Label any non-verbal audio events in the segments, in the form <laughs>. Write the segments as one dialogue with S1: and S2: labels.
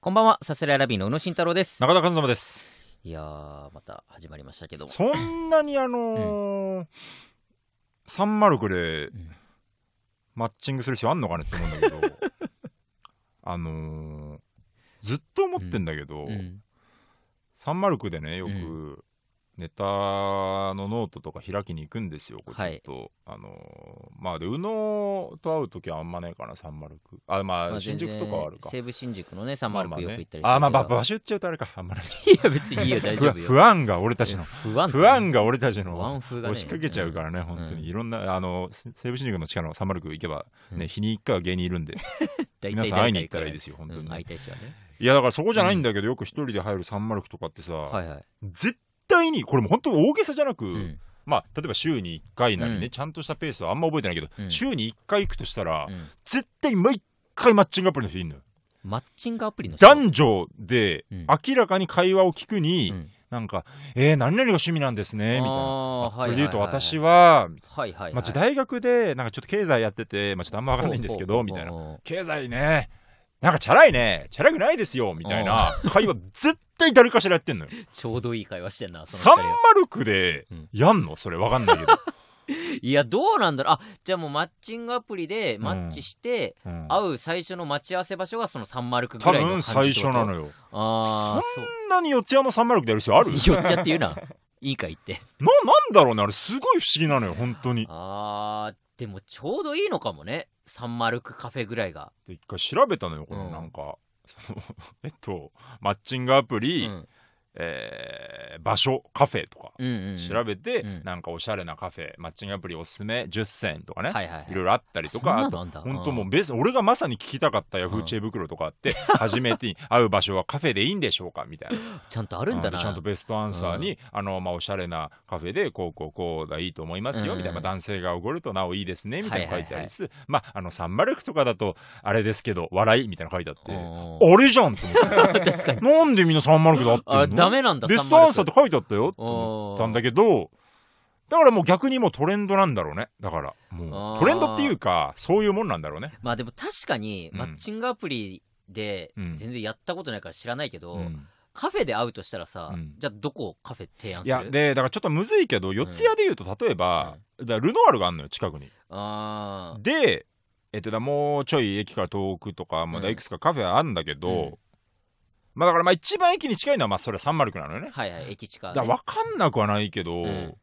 S1: こんばんは、さすらいラビーの宇野慎太郎です。
S2: 中田和馬です。
S1: いやー、また始まりましたけど。
S2: そんなにあのーサンマルクで
S1: ん
S2: マッチングする必要あんのかねって思うんだけど、
S1: <laughs>
S2: あのーずっと思ってんだけ
S1: う
S2: ど、
S1: ん。
S2: サンマルクでね、よ
S1: う
S2: くネタのノートとか開きに行くんですよ、こ
S1: は
S2: っ
S1: い
S2: ちと。あのーまあ、で、宇野と会うときはあんまないかな、サンマルク。あ、ま
S1: ま
S2: あ、
S1: あ
S2: 新
S1: 全
S2: 宿
S1: 然
S2: とかはあるか。
S1: 西武新宿のね、サンマルクよく行ったり
S2: まあまあね、あ、まあ、ば
S1: けど
S2: 場所言っちゃうとあれか、あんまり。
S1: いや、別にいいよ、大丈夫よ。
S2: <laughs> 不安が俺たちの。
S1: 不安。
S2: 不安が俺たち
S1: 不安。
S2: の
S1: 風がね。
S2: 押しかけちゃうからね、本当
S1: うん
S2: にいろんな、あのせ西武新宿の地下のサンマルク行けば、
S1: う
S2: ね、
S1: ん
S2: 日に一回は芸人いるんで、
S1: ら。
S2: 皆さん会いに行ったらいいですすよ、本
S1: う
S2: 当に
S1: ん、
S2: ね、
S1: 会いたいしはね。
S2: いや、だからそこじゃないんだけど、よく一人で入るサンマルクとかってさ、
S1: はいはい。
S2: 絶対に、これも本当大げさじゃなく、
S1: うん。
S2: まあ、例えば週に1回なりね、
S1: うん
S2: ちゃんとしたペースはあんま覚えてないけど、
S1: うん
S2: 週に1回行くとしたら、
S1: うん
S2: 絶対毎回マッチングアプリの人いるのよ。
S1: マッチングアプリの人
S2: 男女で
S1: うん
S2: 明らかに会話を聞くに、
S1: うん
S2: なんか、えー、何々が趣味なんですね、みたいな。
S1: あー
S2: そ
S1: はいはいはい
S2: れで言うと、私は、
S1: はいはいはい。
S2: まあ、ちょっと大学でなんかちょっと経済やってて、まあ、ちょっとあんま分かんないんですけ
S1: ほ
S2: ど
S1: うほ
S2: み
S1: う
S2: たいな
S1: ほうほう
S2: 経済ねなんかチャラいねチャラくないですよみたいな会話絶対誰かしらやってんのよ
S1: ちょうどいい会話してんな、 <laughs> そ
S2: サ
S1: の
S2: ン
S1: 二
S2: マ
S1: 人は
S2: ルクで
S1: うん
S2: やんのそれ分かん
S1: <laughs>
S2: ないけど、
S1: いや、どうなんだろう。あ、じゃあもうマッチングアプリでマッチして、
S2: うん
S1: 会う最初の待ち合わせ場所がそのサンマルクぐ
S2: 多
S1: らいの
S2: 分
S1: 感じ
S2: 最初なの
S1: よ。
S2: よ
S1: ああ、そう。
S2: そんなに四谷のサンマルクでやる必要ある
S1: 四
S2: な
S1: つやって言う
S2: <laughs>
S1: な。いいか言って。
S2: なんだろうねあれすごい不思議なのよ本当に
S1: ああ、でもちょうどいいのかもね。サンマルクカフェぐらいが。
S2: で一回調べたのよこれ
S1: うん
S2: なんか、そのえっとマッチングアプ
S1: う
S2: リ、
S1: ん。
S2: えー場所カフェとか
S1: うんうん、うん。
S2: 調べて、
S1: うん
S2: なんかおしゃれなカフェマッチングアプリおすすめ10選とかね、
S1: はいいはいはい。
S2: ろいろあったりとか
S1: そ
S2: あ
S1: んなの
S2: と
S1: あんだ
S2: 本当もうベース俺がまさに聞きたかったヤフー知恵袋とかあって、初めて会う場所はカフェでいいんでしょうかみたいな
S1: ちゃんとあるんだ
S2: うんで
S1: な。
S2: ちゃんとベストアンサーに、あのまあ、おしゃれなカフェでこうこうこうがいいと思いますよ、
S1: うん
S2: みたいなまあ男性がおごるとなおいいですねみたいなの
S1: は
S2: 書
S1: い
S2: い
S1: はい
S2: て
S1: はい
S2: ありつつ、まああのサンマルクとかだとあれですけど笑いみたいなの書いてあって、
S1: うん
S2: あれじゃんと思って
S1: <laughs> 確かに。
S2: なんでみんなサンマルクで合ってんの
S1: あ、ダメなんだ、
S2: ベ
S1: サンマ
S2: スト
S1: ル
S2: ア
S1: ク
S2: ンサーって書いてあったよって思ったんだけど、だからもう逆にもうトレンドなんだろうね。だから、
S1: あ
S2: も
S1: ー
S2: うトレンドっていうか、そういうもんなんだろうね。
S1: まあでも確かに、
S2: うん
S1: マッチングアプリで、
S2: うん
S1: 全然やったことないから知らないけど、
S2: うん
S1: カフェで会うとしたらさ、
S2: うん
S1: じゃあどこをカフェ提案
S2: い
S1: する
S2: や、で、だからちょっとむずいけど、四谷で言うと、例えば、だからルノアルがあるのよ、近くに。
S1: あー
S2: で、えっと、だからもうちょい駅から遠くとか、まだいくつかカフェあるんだけど、
S1: うん
S2: まあだからまあ一番駅に近いのは、まあそれはサンマルクなのよね。
S1: はいはい、駅近、
S2: だ
S1: ね。
S2: から分かんなくはないけ
S1: う
S2: ど、
S1: ん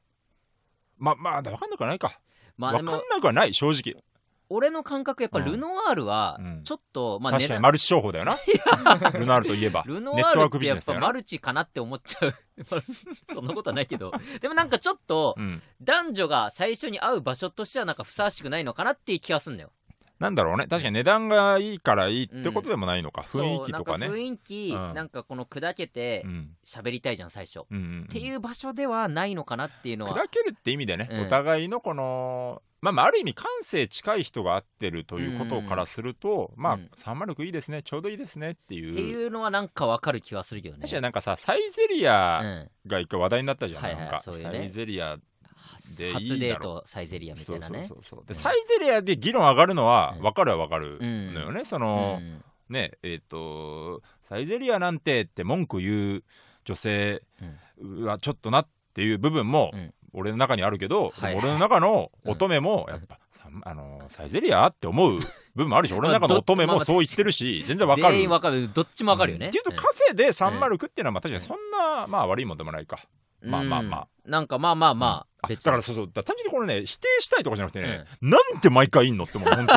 S2: まあまあ、分かんなくはないか。
S1: まあで
S2: 分か
S1: も
S2: ん、なくはない、正直。
S1: 俺の感覚、やっぱ
S2: うん
S1: ルノワールは
S2: うん、
S1: ちょっと、まあ、
S2: 確
S1: 狙
S2: か
S1: <laughs>
S2: に
S1: い
S2: マルチ商法だよな。ルナールといえば。
S1: ル
S2: ネ
S1: ノワ
S2: ット
S1: ー
S2: ワー
S1: ル
S2: ク
S1: って
S2: ビ
S1: や
S2: ジ
S1: っ
S2: ネス
S1: ぱ
S2: だよ
S1: マ
S2: な。
S1: ルチかなって思っちゃう。 <laughs> まあそそんなことはないけど。でもなんかちょっと
S2: う、ん、
S1: 男女が最初に会う場所としてはなんかふさわしくないのかなっていう気がすんだよ。
S2: なんだろうね確かに値段がいいからいいってことでもないのか、
S1: そう
S2: 雰囲気とか
S1: な
S2: ね
S1: んか雰囲気、
S2: うん
S1: なんかこの砕けて
S2: うん
S1: 喋りたいじゃん、最初。っ
S2: うんうん、って
S1: いうう場所ではないのかなっていうのは。
S2: 砕けるって意味でね、
S1: うん
S2: お互いのこのまあまあある意味感性近い人が合ってるということからすると、ま
S1: う
S2: あ
S1: ん
S2: サンマルクいいですねちょうどいいですねっていう
S1: っていうのはなんかわかる気はするけどね。
S2: 確かになんかさサイゼリア
S1: うん
S2: が一回話題になったじゃん、
S1: はいはい
S2: なんか
S1: そういうね
S2: サイゼリアでいいだろう
S1: 初デートサイゼリアみた
S2: そ
S1: いうな
S2: そう
S1: ね
S2: そうそう
S1: う
S2: で、
S1: ん
S2: サイゼリアで議論上がるのは
S1: うん
S2: 分かるは分かるのよね、その、
S1: うん
S2: ねえっ、とサイゼリアなんてって文句言う女性はちょっとなっていう部分も
S1: うん
S2: 俺の中にあるけど、
S1: はい
S2: でも俺の中の乙女もやっぱ、さあのーサイゼリアって思う部分もあ
S1: <laughs>
S2: るし俺の中の乙女もそう言ってるし全然わかる
S1: 全員わかるどっちもわかるよね、
S2: うんっていうと
S1: うん
S2: カフェでサンマルクっていうのはまあ確かにそんな、まあ、悪いもんでもないかまあまあまあ
S1: うんなんかまあまあまあ、
S2: うんだからそうそうだから単純にこれね否定したいとかじゃなくてね、なんで毎回いんのってもう
S1: <laughs>
S2: 本当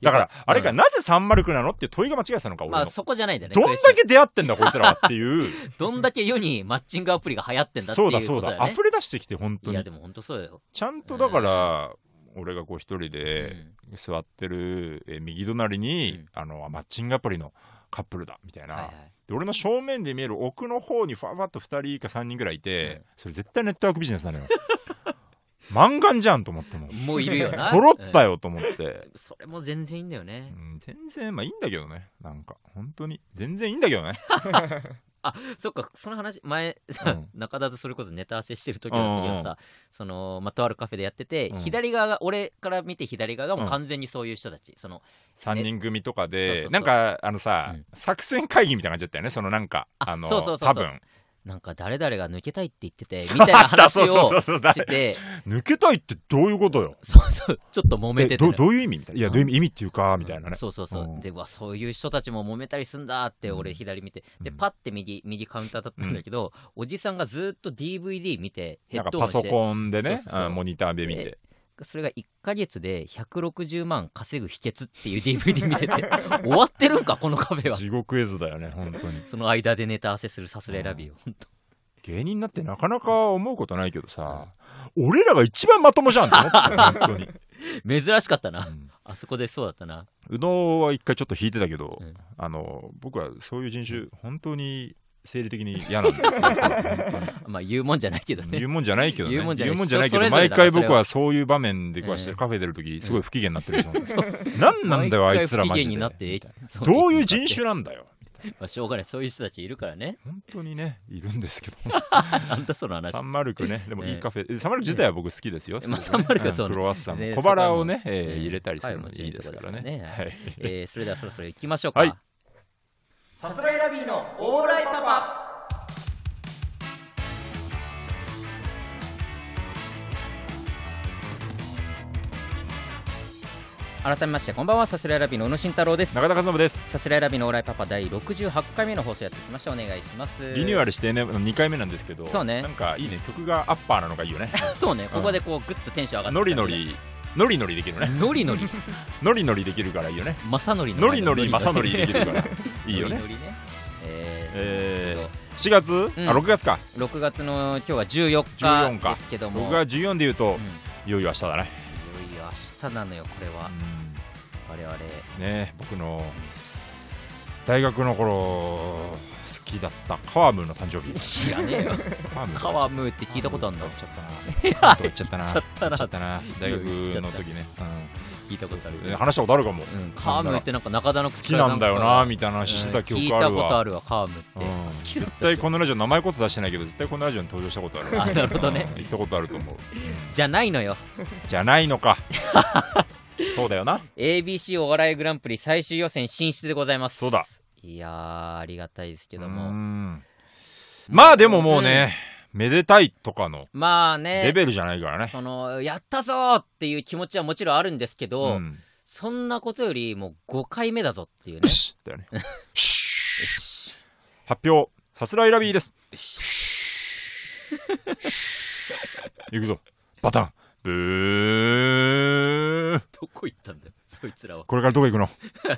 S2: だからあれか、
S1: う
S2: なぜサンマルクなのっていう問いが間違えてたのか俺の、
S1: まあそこじゃないんだよね
S2: どんだけ出会ってんだこいつらはっ
S1: <laughs>
S2: ていう
S1: どんだけ世にマッチングアプリが流行ってんだってい
S2: そう
S1: こ
S2: う
S1: とだよ
S2: だ
S1: ね
S2: そうだ溢れ出してきて本
S1: い
S2: 当に
S1: やでも本当そうよ、
S2: ちゃんとだから、俺がこう一人で座ってる、えー右隣に、
S1: うん
S2: あのマッチングアプリのカップルだみたい
S1: うん
S2: な、
S1: はいはい
S2: で俺の正面で見える奥の方にふわふわっと2人か3人ぐらいいて、それ絶対ネットワークビジネスなのよ <laughs> 満願じゃんと思っても
S1: もういるよな
S2: 揃った
S1: よ、
S2: よと思って、
S1: うんそれも全然いいんだよ
S2: う
S1: ね、 <laughs>
S2: ん、全然まあいいんだけどねなんか本当に全然いいんだけどね
S1: そっか、その話、前、
S2: う
S1: さ
S2: ん
S1: 中田とそれこそネタ合わせしてる時だったけど
S2: うんうん
S1: さ、その、まあ、とあるカフェでやってて、
S2: うん
S1: 左側が、俺から見て左側がもううん完全にそういう人たち、その、
S2: 3人組とか
S1: そうそう
S2: で
S1: そう
S2: なんかあのさ、
S1: うん
S2: 作戦会議みたいな感じだったよねそのなんか
S1: あ
S2: あの
S1: そうそうそうそう
S2: 多分
S1: なんか誰々が抜けたいって言ってて、みたいな話 <laughs>
S2: そう
S1: を
S2: そうそう
S1: し
S2: そうだ
S1: てて、
S2: 抜けたいってどういうことよ
S1: そうそう、ちょっと揉めて
S2: え
S1: て
S2: どうどういう意味みたいないうや
S1: ん
S2: どういう意味意味っていうかみたいなね、
S1: そうそうそう、
S2: うん
S1: でうわそういう人たちも揉めたりすんだって俺
S2: うん
S1: 左見て、で
S2: うん
S1: パッて右右カウンターだったんだけど、おじさんがずっと DVD 見てヘ
S2: なん
S1: ッ
S2: か
S1: ドホ
S2: パ
S1: ンし
S2: ソ
S1: て
S2: コンで
S1: そう
S2: ね
S1: そうそう
S2: うんモニターで見て
S1: でそれが1か月で160万稼ぐ秘訣っていう DVD 見てて <laughs> 終わってるんかこの壁は
S2: 地獄絵図だよね本当に
S1: その間でネタ合わせするさすらいラビーを、本当
S2: 芸人になってなかなか思うことないけどさ、俺らが一番まともじゃんって思ったよ本当に、
S1: 珍しかったな、
S2: うん
S1: あそこでそうだったな
S2: うどんは一回ちょっと引いてたけど、
S1: うん
S2: あの僕はそういう人種本当に生理的に嫌なんだ
S1: まあ言うもんじゃないけど
S2: 言
S1: ね
S2: うもんじゃないけどね
S1: 言うもんじゃない
S2: けど
S1: 人それぞれ
S2: 毎
S1: だから
S2: 回僕はそういう場面で
S1: それは
S2: こうして
S1: ええ
S2: カフェ出るときすごい不機嫌になってるんですよ何なんだよあいつらマ
S1: 毎回不機嫌
S2: ジで
S1: になって
S2: どういう人種なんだよ
S1: まあしょうがないそういう人たちいるからね
S2: 本当にねいるんです
S1: <laughs>
S2: けど
S1: あんたその話
S2: サンマルクねでもい
S1: え
S2: い
S1: え
S2: カフェ、サンマルク自体は僕好きですよ、
S1: えまあサンマルクはそう
S2: クロワッサン
S1: 全然
S2: 小腹をね、
S1: は
S2: え
S1: え
S2: ー
S1: え
S2: 入れたりするのにいいですからね
S1: はい
S2: はい
S1: えーそれではそろそろ行きましょうか。
S2: はい
S1: さすらいラビーのオーライパパ。改めましてこんばんはさすらいラビーの宇野慎太郎です。
S2: 中田和伸です
S1: さすらいラビーのオーライパパ第68回目の放送やってきましたお願いします。
S2: リニュー
S1: ア
S2: アルしてね2回目なんですけど
S1: そうね
S2: なんかいいね曲がアッパーなのがいいよね
S1: ル。そうねここでこうグッとテンション上がって
S2: ノリノ。リノリノリできるね
S1: ノリノリ。
S2: ノリノリできるからいいよね
S1: マサノリの
S2: ノ
S1: 前
S2: リ
S1: の
S2: ノリマサノリできるからいいよね
S1: ノリノリね。えー
S2: え
S1: そう
S2: ー
S1: なんですけど
S2: 4月、
S1: ん
S2: あ6月か
S1: 6月の今日は14
S2: 14
S1: 日
S2: か
S1: ですけども
S2: 僕が14で言う
S1: うん
S2: と、いよいよ明日だね、
S1: いよいよ明日なのよこれは我々
S2: ね僕の大学の頃好きだったカワムーの誕生日
S1: 知 <laughs> らねえ
S2: <laughs>
S1: よ
S2: カワム
S1: カワムーって聞いたことあるんだ
S2: 行っちゃったな。行っちゃったな。
S1: 行っ <laughs> ちゃったな
S2: 行っちゃったな。大学の時ね。
S1: 聞いたことある
S2: うん話したことあるかも。
S1: うん、カワムーってなんか中田の
S2: 好
S1: 口
S2: き
S1: から
S2: なんだよな、みたいな話してた記
S1: 聞い
S2: 憶あ
S1: た
S2: る
S1: ことあ
S2: わ。
S1: るわカワムーって、
S2: うん
S1: 好きだっ
S2: 絶
S1: た
S2: 対
S1: し
S2: このラジオ名前こそ出してないけど絶対このラジオに登場したことある
S1: あなるほどね
S2: うん行ったことあると思う
S1: じゃないのよ
S2: じゃない
S1: <laughs>
S2: のかそうだよな
S1: ABC お笑いグランプリ最終予選進出でございます
S2: そうだ
S1: いやーありがたいですけど
S2: う
S1: も
S2: んまあでももうねめでたいとかの
S1: まあね
S2: レベルじゃないからね
S1: そのやったぞーっていう気持ちはもちろんあるんですけ
S2: う
S1: ど、
S2: ん
S1: そんなことよりもう5回目だぞっていう
S2: よ
S1: ね
S2: しだよね発表さすらいラビーですいくぞバタンブー
S1: どこ行ったんだよそいつらは
S2: これからどこ行くの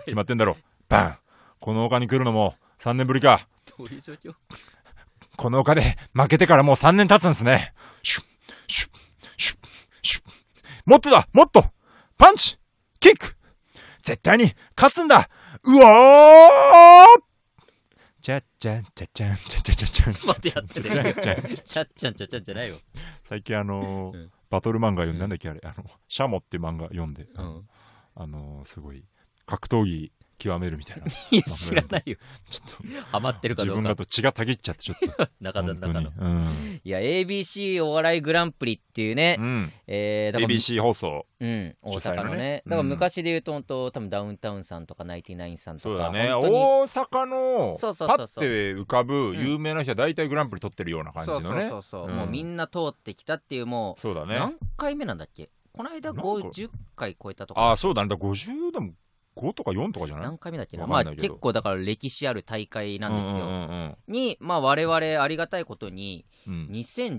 S2: 決まってんだろバンこの丘に来るのも3年ぶりか
S1: どういう状況
S2: この丘で負けてからもう3年経つんですねシュッシュッシュッシュッもっとだもっとパンチキック絶対に勝つんだうおーじゃじゃんじゃじゃんじゃじゃじゃじゃん
S1: つまでやって
S2: じゃ
S1: る
S2: ん
S1: よ
S2: じゃん
S1: ちゃっちゃんちゃっちゃんじゃないよ、
S2: 最近あのー
S1: うん
S2: バトル漫画読んでなんだっけあれあのシャモって漫画読んで、
S1: うん、
S2: あのーすごい格闘技極めるみたいなち
S1: いや知らないよ
S2: ょっと
S1: ハマってるか
S2: 自
S1: どう
S2: 分だ
S1: か
S2: と血がたぎっちゃってちょっと
S1: 中田の
S2: 本当
S1: 中
S2: に
S1: の、
S2: うん
S1: いや ABC お笑いグランプリっていうね、
S2: うん、
S1: えー、だから、
S2: ABC 放送
S1: うん、大阪
S2: 主催
S1: の
S2: の
S1: ね
S2: ね
S1: だから昔で言うと本当多分ダウンタウンさんとかナインティナインさんとか
S2: そうだね
S1: 本当に
S2: 大阪の
S1: そうそう
S2: パ
S1: そう
S2: ッ
S1: そう
S2: て浮かぶ有名な人は大体グランプリ取ってるような感じ
S1: そう
S2: の
S1: そう
S2: ね
S1: そうそう、
S2: うん
S1: もうみんな通ってきたっていうも
S2: そうだ
S1: う、
S2: ね
S1: 何回目なんだっけこの間
S2: なんか
S1: 50回超えたとか
S2: ああそうだねだから50でも5とか4とかじゃない
S1: 何回目だっけなま
S2: わか
S1: あ
S2: んないけど
S1: 結構だから歴史ある大会なんですよ、
S2: うんうんうん
S1: に、まあ、我々ありがたいことに
S2: うん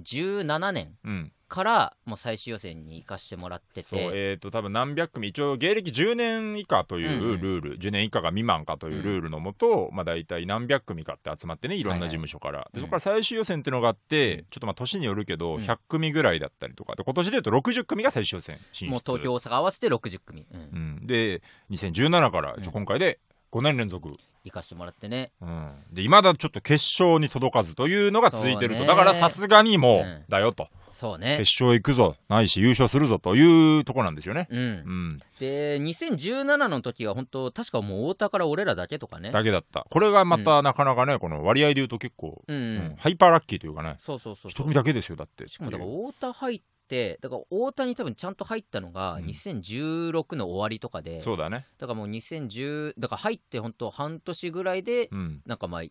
S1: 2017年
S2: うん
S1: からもう最終予選に行かしてもらって
S2: そう
S1: て
S2: えー、と多分何百組一応芸歴10年以下というルール、10年以下が未満かというルールのもと、まあ、大体何百組かって集まってねいろんな事務所から、
S1: いはい
S2: でそこから最終予選っていうのがあって、ちょっとまあ年によるけど
S1: うん
S2: 100組ぐらいだったりとかで今年でいうと60組が最終予選進出
S1: もう東京大阪合わせて60組、うん
S2: うん、で2017から一応今回で5年連続、
S1: 行かしてもらってね
S2: うん、でいまだちょっと決勝に届かずというのが続いてると、
S1: そうね
S2: だからさすがにも
S1: うん
S2: うだよと、
S1: そうね
S2: 決。勝行くぞ、ないし優勝するぞというとこなんですよね。
S1: う、
S2: うんん、
S1: で2017の時は本当確かもう太田から俺らだけとかね
S2: だけだった。これがまたなかなかね、この割合で言うと結構、
S1: うん、
S2: うんハイパーラッキーというかね、
S1: そうそうそう
S2: 一
S1: そう
S2: 組だけですよ、だって。
S1: しかもだから太田入ってだから太田に多分ちゃんと入ったのが
S2: うん
S1: 2016の終わりとかで、
S2: そうだね。
S1: だからもう2010だから入って本当半年ぐらいで
S2: うん。
S1: なんかまあ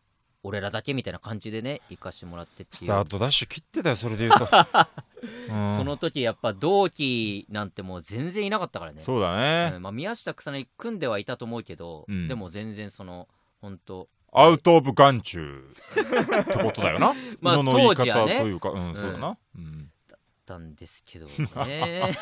S1: 俺らだけみたいな感じでね行かしてもらってって
S2: ス
S1: いう
S2: タートダッシュ切ってたよ、それで言う
S1: <laughs>
S2: と。うん
S1: その時やっぱ同期なんてもう全然いなかったからね
S2: そうだ
S1: う
S2: ね。
S1: んまあ、宮下草薙組んではいたと思うけど、
S2: うん
S1: でも全然その本当
S2: アウト・オブ・眼中ってことだよな。
S1: <laughs> まあ
S2: のの言い
S1: 当時
S2: 方
S1: は
S2: と
S1: ね
S2: いうか、うん、そうだな。うん
S1: だったんですけどね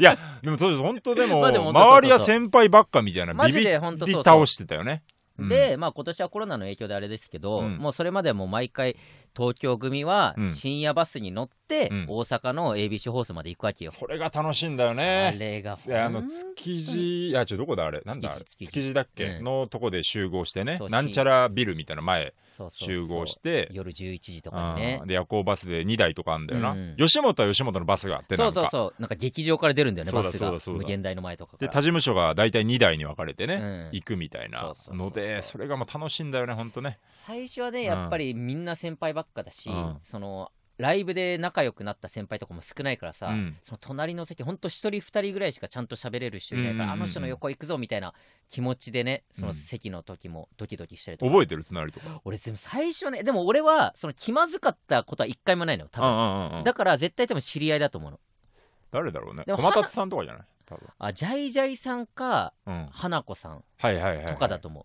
S2: いや、でも当時、本当でも、
S1: まあでも本当そうそう
S2: 周りは先輩ばっかみたいな、
S1: マ
S2: ビ
S1: ジ
S2: ビ
S1: で本当
S2: り
S1: そうそう
S2: 倒してたよね。 <laughs> うん
S1: で、まあ、今年はコロナの影響であれですけど、
S2: うん
S1: もうそれまではもう毎回東京組は
S2: うん
S1: 深夜バスに乗って、
S2: うん
S1: 大阪の ABC 放送まで行くわけよ、
S2: それが楽しいんだよ
S1: あ
S2: ね。
S1: れが
S2: いやあの
S1: ほん
S2: 築地、いや、ちょ、どこだ、あれ、なんだ、
S1: 築地
S2: 築
S1: 築地
S2: 地だっけ、
S1: うん
S2: のとこで集合してね
S1: そ、う
S2: なんちゃらビルみたいな前、
S1: そうそうそう
S2: 集合して、
S1: 夜11時とかにね
S2: あーで、夜行バスで2台とかあんだよな、
S1: うん
S2: 吉本は吉本のバスがあって、
S1: そ
S2: なん
S1: うそう
S2: か、
S1: そうなんか劇場から出るんだよね
S2: そう
S1: バ
S2: だ
S1: ス
S2: そう
S1: が
S2: だそうだ
S1: 無限大の前とかか
S2: で、
S1: ら
S2: 他事務所が大体2台に分かれてね、
S1: うん
S2: 行くみたいな
S1: そうそうそうそ
S2: の
S1: う
S2: で、それがもう楽しいんだよね、本当ね。
S1: 最初は
S2: ん
S1: ねやっぱりみんな先輩ばっかだし、
S2: うん
S1: そのライブで仲良くなった先輩とかも少ないからさ、
S2: うん
S1: その隣の席ほんと1人2人ぐらいしかちゃんと喋れる人いないから、
S2: うんうんうんうん
S1: あの人の横行くぞみたいな気持ちでねそ
S2: うん
S1: の席の時もドキドキしたりとか、
S2: 覚えてる、隣とか。
S1: 俺でも最初はねでも俺はその気まずかったことは1回もないのよ多
S2: うん
S1: 分、
S2: うんうんうん
S1: だから絶対多分知り合いだと思うの
S2: 誰だろうね、
S1: でも
S2: 駒達さんとかじゃない多分。
S1: あジャイジャイさんか
S2: うん。
S1: 花子さん
S2: はいはいはい。
S1: とかだと思う、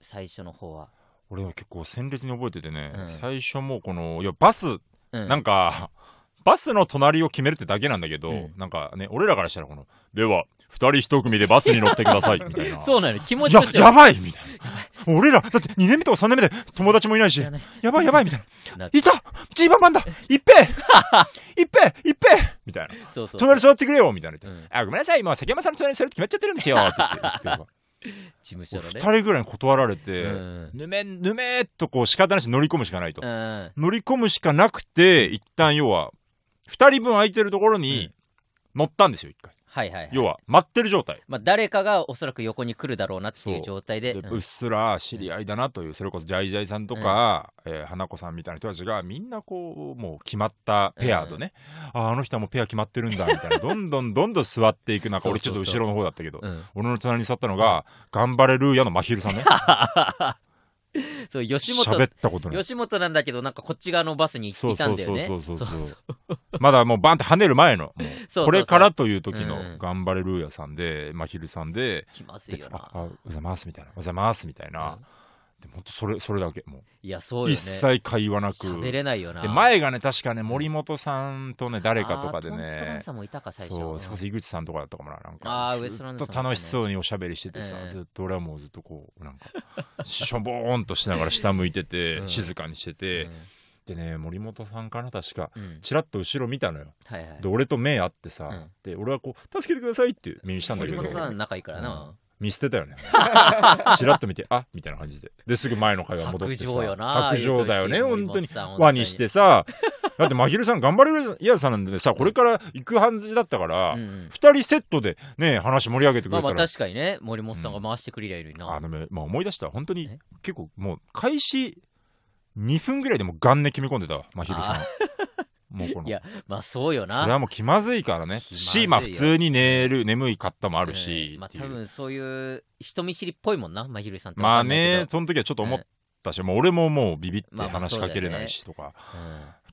S1: 最初の方は、
S2: 俺は結構鮮烈に覚えててね、
S1: うん
S2: 最初もうこの、いや、バス、
S1: うん、
S2: なんか、 <laughs> バスの隣を決めるってだけなんだけど、
S1: うん
S2: なんかね、俺らからしたらこの、では、二人一組でバスに乗ってください、みたい
S1: <laughs>
S2: な。
S1: そうなのよ気持
S2: い
S1: ち
S2: や
S1: として
S2: や
S1: は
S2: ばいみたいな。俺ら、だって2年目とか3年目で友達もいないし、やばいやばいみたいな
S1: な。
S2: いたジーパンマンだ一平 <laughs> 一平一平みたいな。
S1: そうそう
S2: 隣座ってくれよみたいな言って、
S1: うん
S2: あ、ごめんなさい、もう崎山さんの隣に座るって決まっちゃってるんです <laughs> よって言って
S1: 事務所の
S2: 2
S1: ね
S2: 人ぐらいに断られて、
S1: うん
S2: ぬめ、ぬめーっとこう仕方なしに乗り込むしかないと。
S1: うん
S2: 乗り込むしかなくて一旦要は2人分空いてるところに乗ったんですよ一回
S1: はいはい、はい、
S2: 要は待ってる状態
S1: まあ、誰かがおそらく横に来るだろうなってい
S2: そう
S1: う状態
S2: で
S1: で
S2: うっすら知り合いだなというそれこそジャイジャイさんとか、えー花子さんみたいな人たちがみんなこうもう決まったペアとね、あーあの人はもうペア決まってるんだみた
S1: <laughs>
S2: いなどんどんどんどん座っていく中俺ちょっと後ろの方だったけど
S1: うんうん
S2: 俺の隣に座ったのが頑張れルーヤのまひるさんね
S1: そう <laughs> 吉
S2: 喋
S1: 本
S2: ったことない
S1: 吉本なんだけどなんかこっち側のバスにいい
S2: そう
S1: た
S2: そ
S1: ん
S2: う
S1: だ
S2: そ
S1: よ
S2: う
S1: ね
S2: そうそう
S1: そう
S2: そうまだもうバンって跳ねる前のもう
S1: <laughs> そう
S2: これからという時
S1: う
S2: の
S1: ん
S2: 頑張れルーヤさんで、まあ、ヒルさんで、
S1: 気まずい
S2: で
S1: よ
S2: あ
S1: な、
S2: あおはようございますみたいな、おはようございますみたいな、でも本当それ、それだけ、も
S1: いや
S2: う、
S1: そうよね
S2: 一切会話なく、
S1: 喋れないよな
S2: で前がね、確かね、森本さんとね、誰かとかで
S1: あートンツカタン
S2: ね
S1: さ、んもいたか最初
S2: そう、それこそ井口さんとかだったかもな、なん
S1: あ
S2: か
S1: ー、ウエス
S2: ず
S1: トラ
S2: っ
S1: ンド
S2: と
S1: さんとかね
S2: 楽しそうにおしゃべりしててさ
S1: え、え
S2: ずっと俺はもうずっとこう、なんか、 <laughs> しょぼーんとしながら下向いてて
S1: う、ん
S2: 静かにしてて、でね、森本さんかな、確か、
S1: うんうん
S2: ちらっと後ろ見たのよ。
S1: はいはい
S2: で俺と目合ってさ、
S1: うん
S2: で俺はこう「助けてください」って目にしたんだけ
S1: 森
S2: ど
S1: 本さん仲いいからな、
S2: 見捨てたよ
S1: <laughs>
S2: ねチラッと見て「あみたいな感じでですぐ前の会話戻ってさ
S1: 白状よな
S2: 白状だよね
S1: ああいう時
S2: 本当に
S1: 森本さん本当に
S2: 輪にしてさだってまひるさん頑張れるやつさんなんでさこれから行くはずだったから、
S1: うん
S2: 二
S1: うん
S2: 人セットでね話盛り上げてく
S1: まあ
S2: れ
S1: ま
S2: た
S1: あ
S2: ら
S1: 確かにね森本さんが回してくれりゃいるな、
S2: あでも、まあ、思い出した本当に
S1: え
S2: 結構もう開始2分ぐらいでもう元年決め込んでたわまひるさん
S1: あ
S2: もうこの
S1: いやまあそうよな
S2: それはもう気まずいから
S1: 気ま
S2: ね
S1: ずいよ
S2: しまあ普通に寝る眠い方もあるし、
S1: うんまあ
S2: っていう
S1: 多分そういう人見知りっぽいもんなまひるさんって
S2: ま
S1: わ
S2: あ
S1: かんないけど
S2: ねその時はちょっと思ったし、もう俺ももうビビって
S1: まあまあ
S2: 話しかけれないしとか、
S1: うん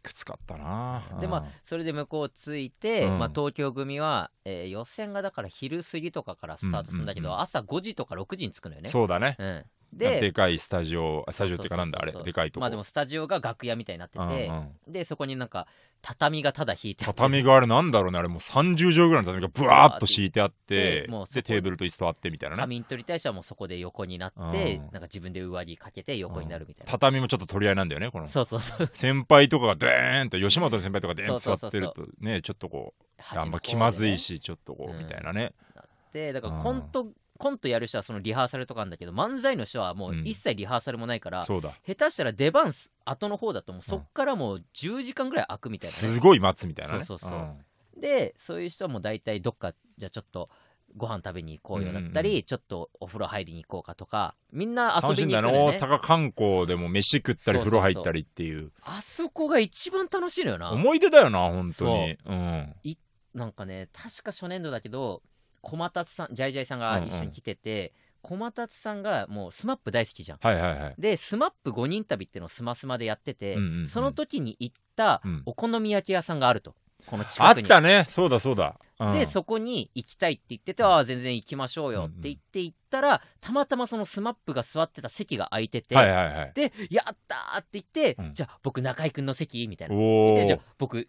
S2: きつかったな
S1: でまあそれで向こうついて、
S2: うん
S1: まあ、東京組は、えー予選がだから昼過ぎとかからスタートするんだけど、
S2: うんうん
S1: 朝5時とか6時に着くのよね。
S2: そうだね
S1: うん、
S2: で
S1: で
S2: かいスタジオスタジオっていうかなんだあれ
S1: そうそうそうそう
S2: でかいとこ、
S1: まあでもスタジオが楽屋みたいになってて、
S2: うんうん
S1: でそこになんか畳がただ引いてあって
S2: 畳があれなんだろうねあれもう30畳ぐらいの畳がブワーっと敷いてあって
S1: でもうそこ
S2: でテーブルと椅子とあってみたいな
S1: 仮
S2: ね
S1: 眠取りたい人はもうそこで横になって、
S2: うん
S1: なんか自分で上着かけて横になるみたいな、
S2: 畳もちょっと取り合いなんだよねこの
S1: そうそうそう
S2: 先輩とかがでーンと吉本の先輩とかでーンと座ってる
S1: そ
S2: とねちょっとこう
S1: 端の方
S2: あ
S1: で
S2: んま
S1: ね
S2: 気まずいしちょっとこう
S1: うん
S2: みたいなね
S1: でだからコント、コントやる人はそのリハーサルとかあるんだけど漫才の人はもう一切リハーサルもないから、
S2: そうだ。
S1: 下手したら出番す後の方だともうそっからもう10時間ぐらい空くみたいなね、
S2: すごい待つみたいなね。
S1: そうそうそうんでそういう人はもう大体どっかじゃあちょっとご飯食べに行こうよだったり、
S2: うんう
S1: ちょっとお風呂入りに行こうかとかみんな遊
S2: 楽
S1: び
S2: しん
S1: に行
S2: だ
S1: く
S2: の、
S1: のよ
S2: 大
S1: ね
S2: 阪観光でも飯食ったり
S1: そうそ
S2: 風
S1: うそう
S2: 呂入ったりっていう
S1: あそこが一番楽しいのよな
S2: 思い出だよな本当にうん
S1: なんかね確か初年度だけど駒達さんジャイジャイさんが一緒に来てて、駒達さんがもうスマップ大好きじゃん
S2: はいはいはい
S1: でスマップ5人旅っていうのをスマスマでやってて、
S2: うんうんうん
S1: その時に行った
S2: うん
S1: お好み焼き屋さんがあるとこの
S2: あ
S1: 近
S2: っ
S1: くに
S2: たねそうだそうだうん
S1: でそこに行きたいって言ってて、ああ全然行きましょうよって言って行ったらたまたまそのスマップが座ってた席が空いてて、
S2: はいはいはい
S1: で「やった!」って言って、
S2: うん
S1: じゃあ僕中居君の席みたいな
S2: お
S1: でじゃあ
S2: お
S1: 僕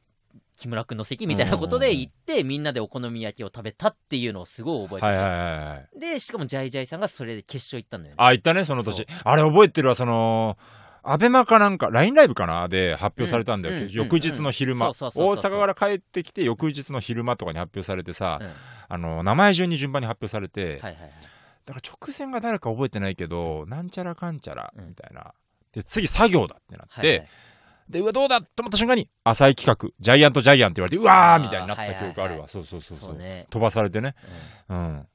S1: 木村君の席みたいなことで行って、みんなでお好み焼きを食べたっていうのをすごい覚えて
S2: はい
S1: る、
S2: はいはいはい
S1: でしかもジャイジャイさんがそれで決勝行ったのよ、ね、
S2: あ行ったねその
S1: そう
S2: 年あれ覚えてるわそのアベマかなんか LINE ライブかなで発表されたんだよ、
S1: うんうん
S2: 翌日の昼間、
S1: うんうんそうそうそうそう
S2: 大阪から帰ってきて翌日の昼間とかに発表されてさ、
S1: うんはい
S2: あの名前順に順番に発表されて、
S1: はいはい
S2: だから直線が誰か覚えてないけどなんちゃらかんちゃら
S1: うん
S2: みたいな、で次作業だってなって、
S1: はいはい
S2: でうわどうだと思った瞬間に浅い企画ジャイアントジャイアンって言われてうわ
S1: あ
S2: ー
S1: ー
S2: みたいになった記憶あ
S1: はいは
S2: る
S1: いは
S2: わそうそうそうそう
S1: そうね、
S2: 飛ばされてね
S1: うん
S2: うん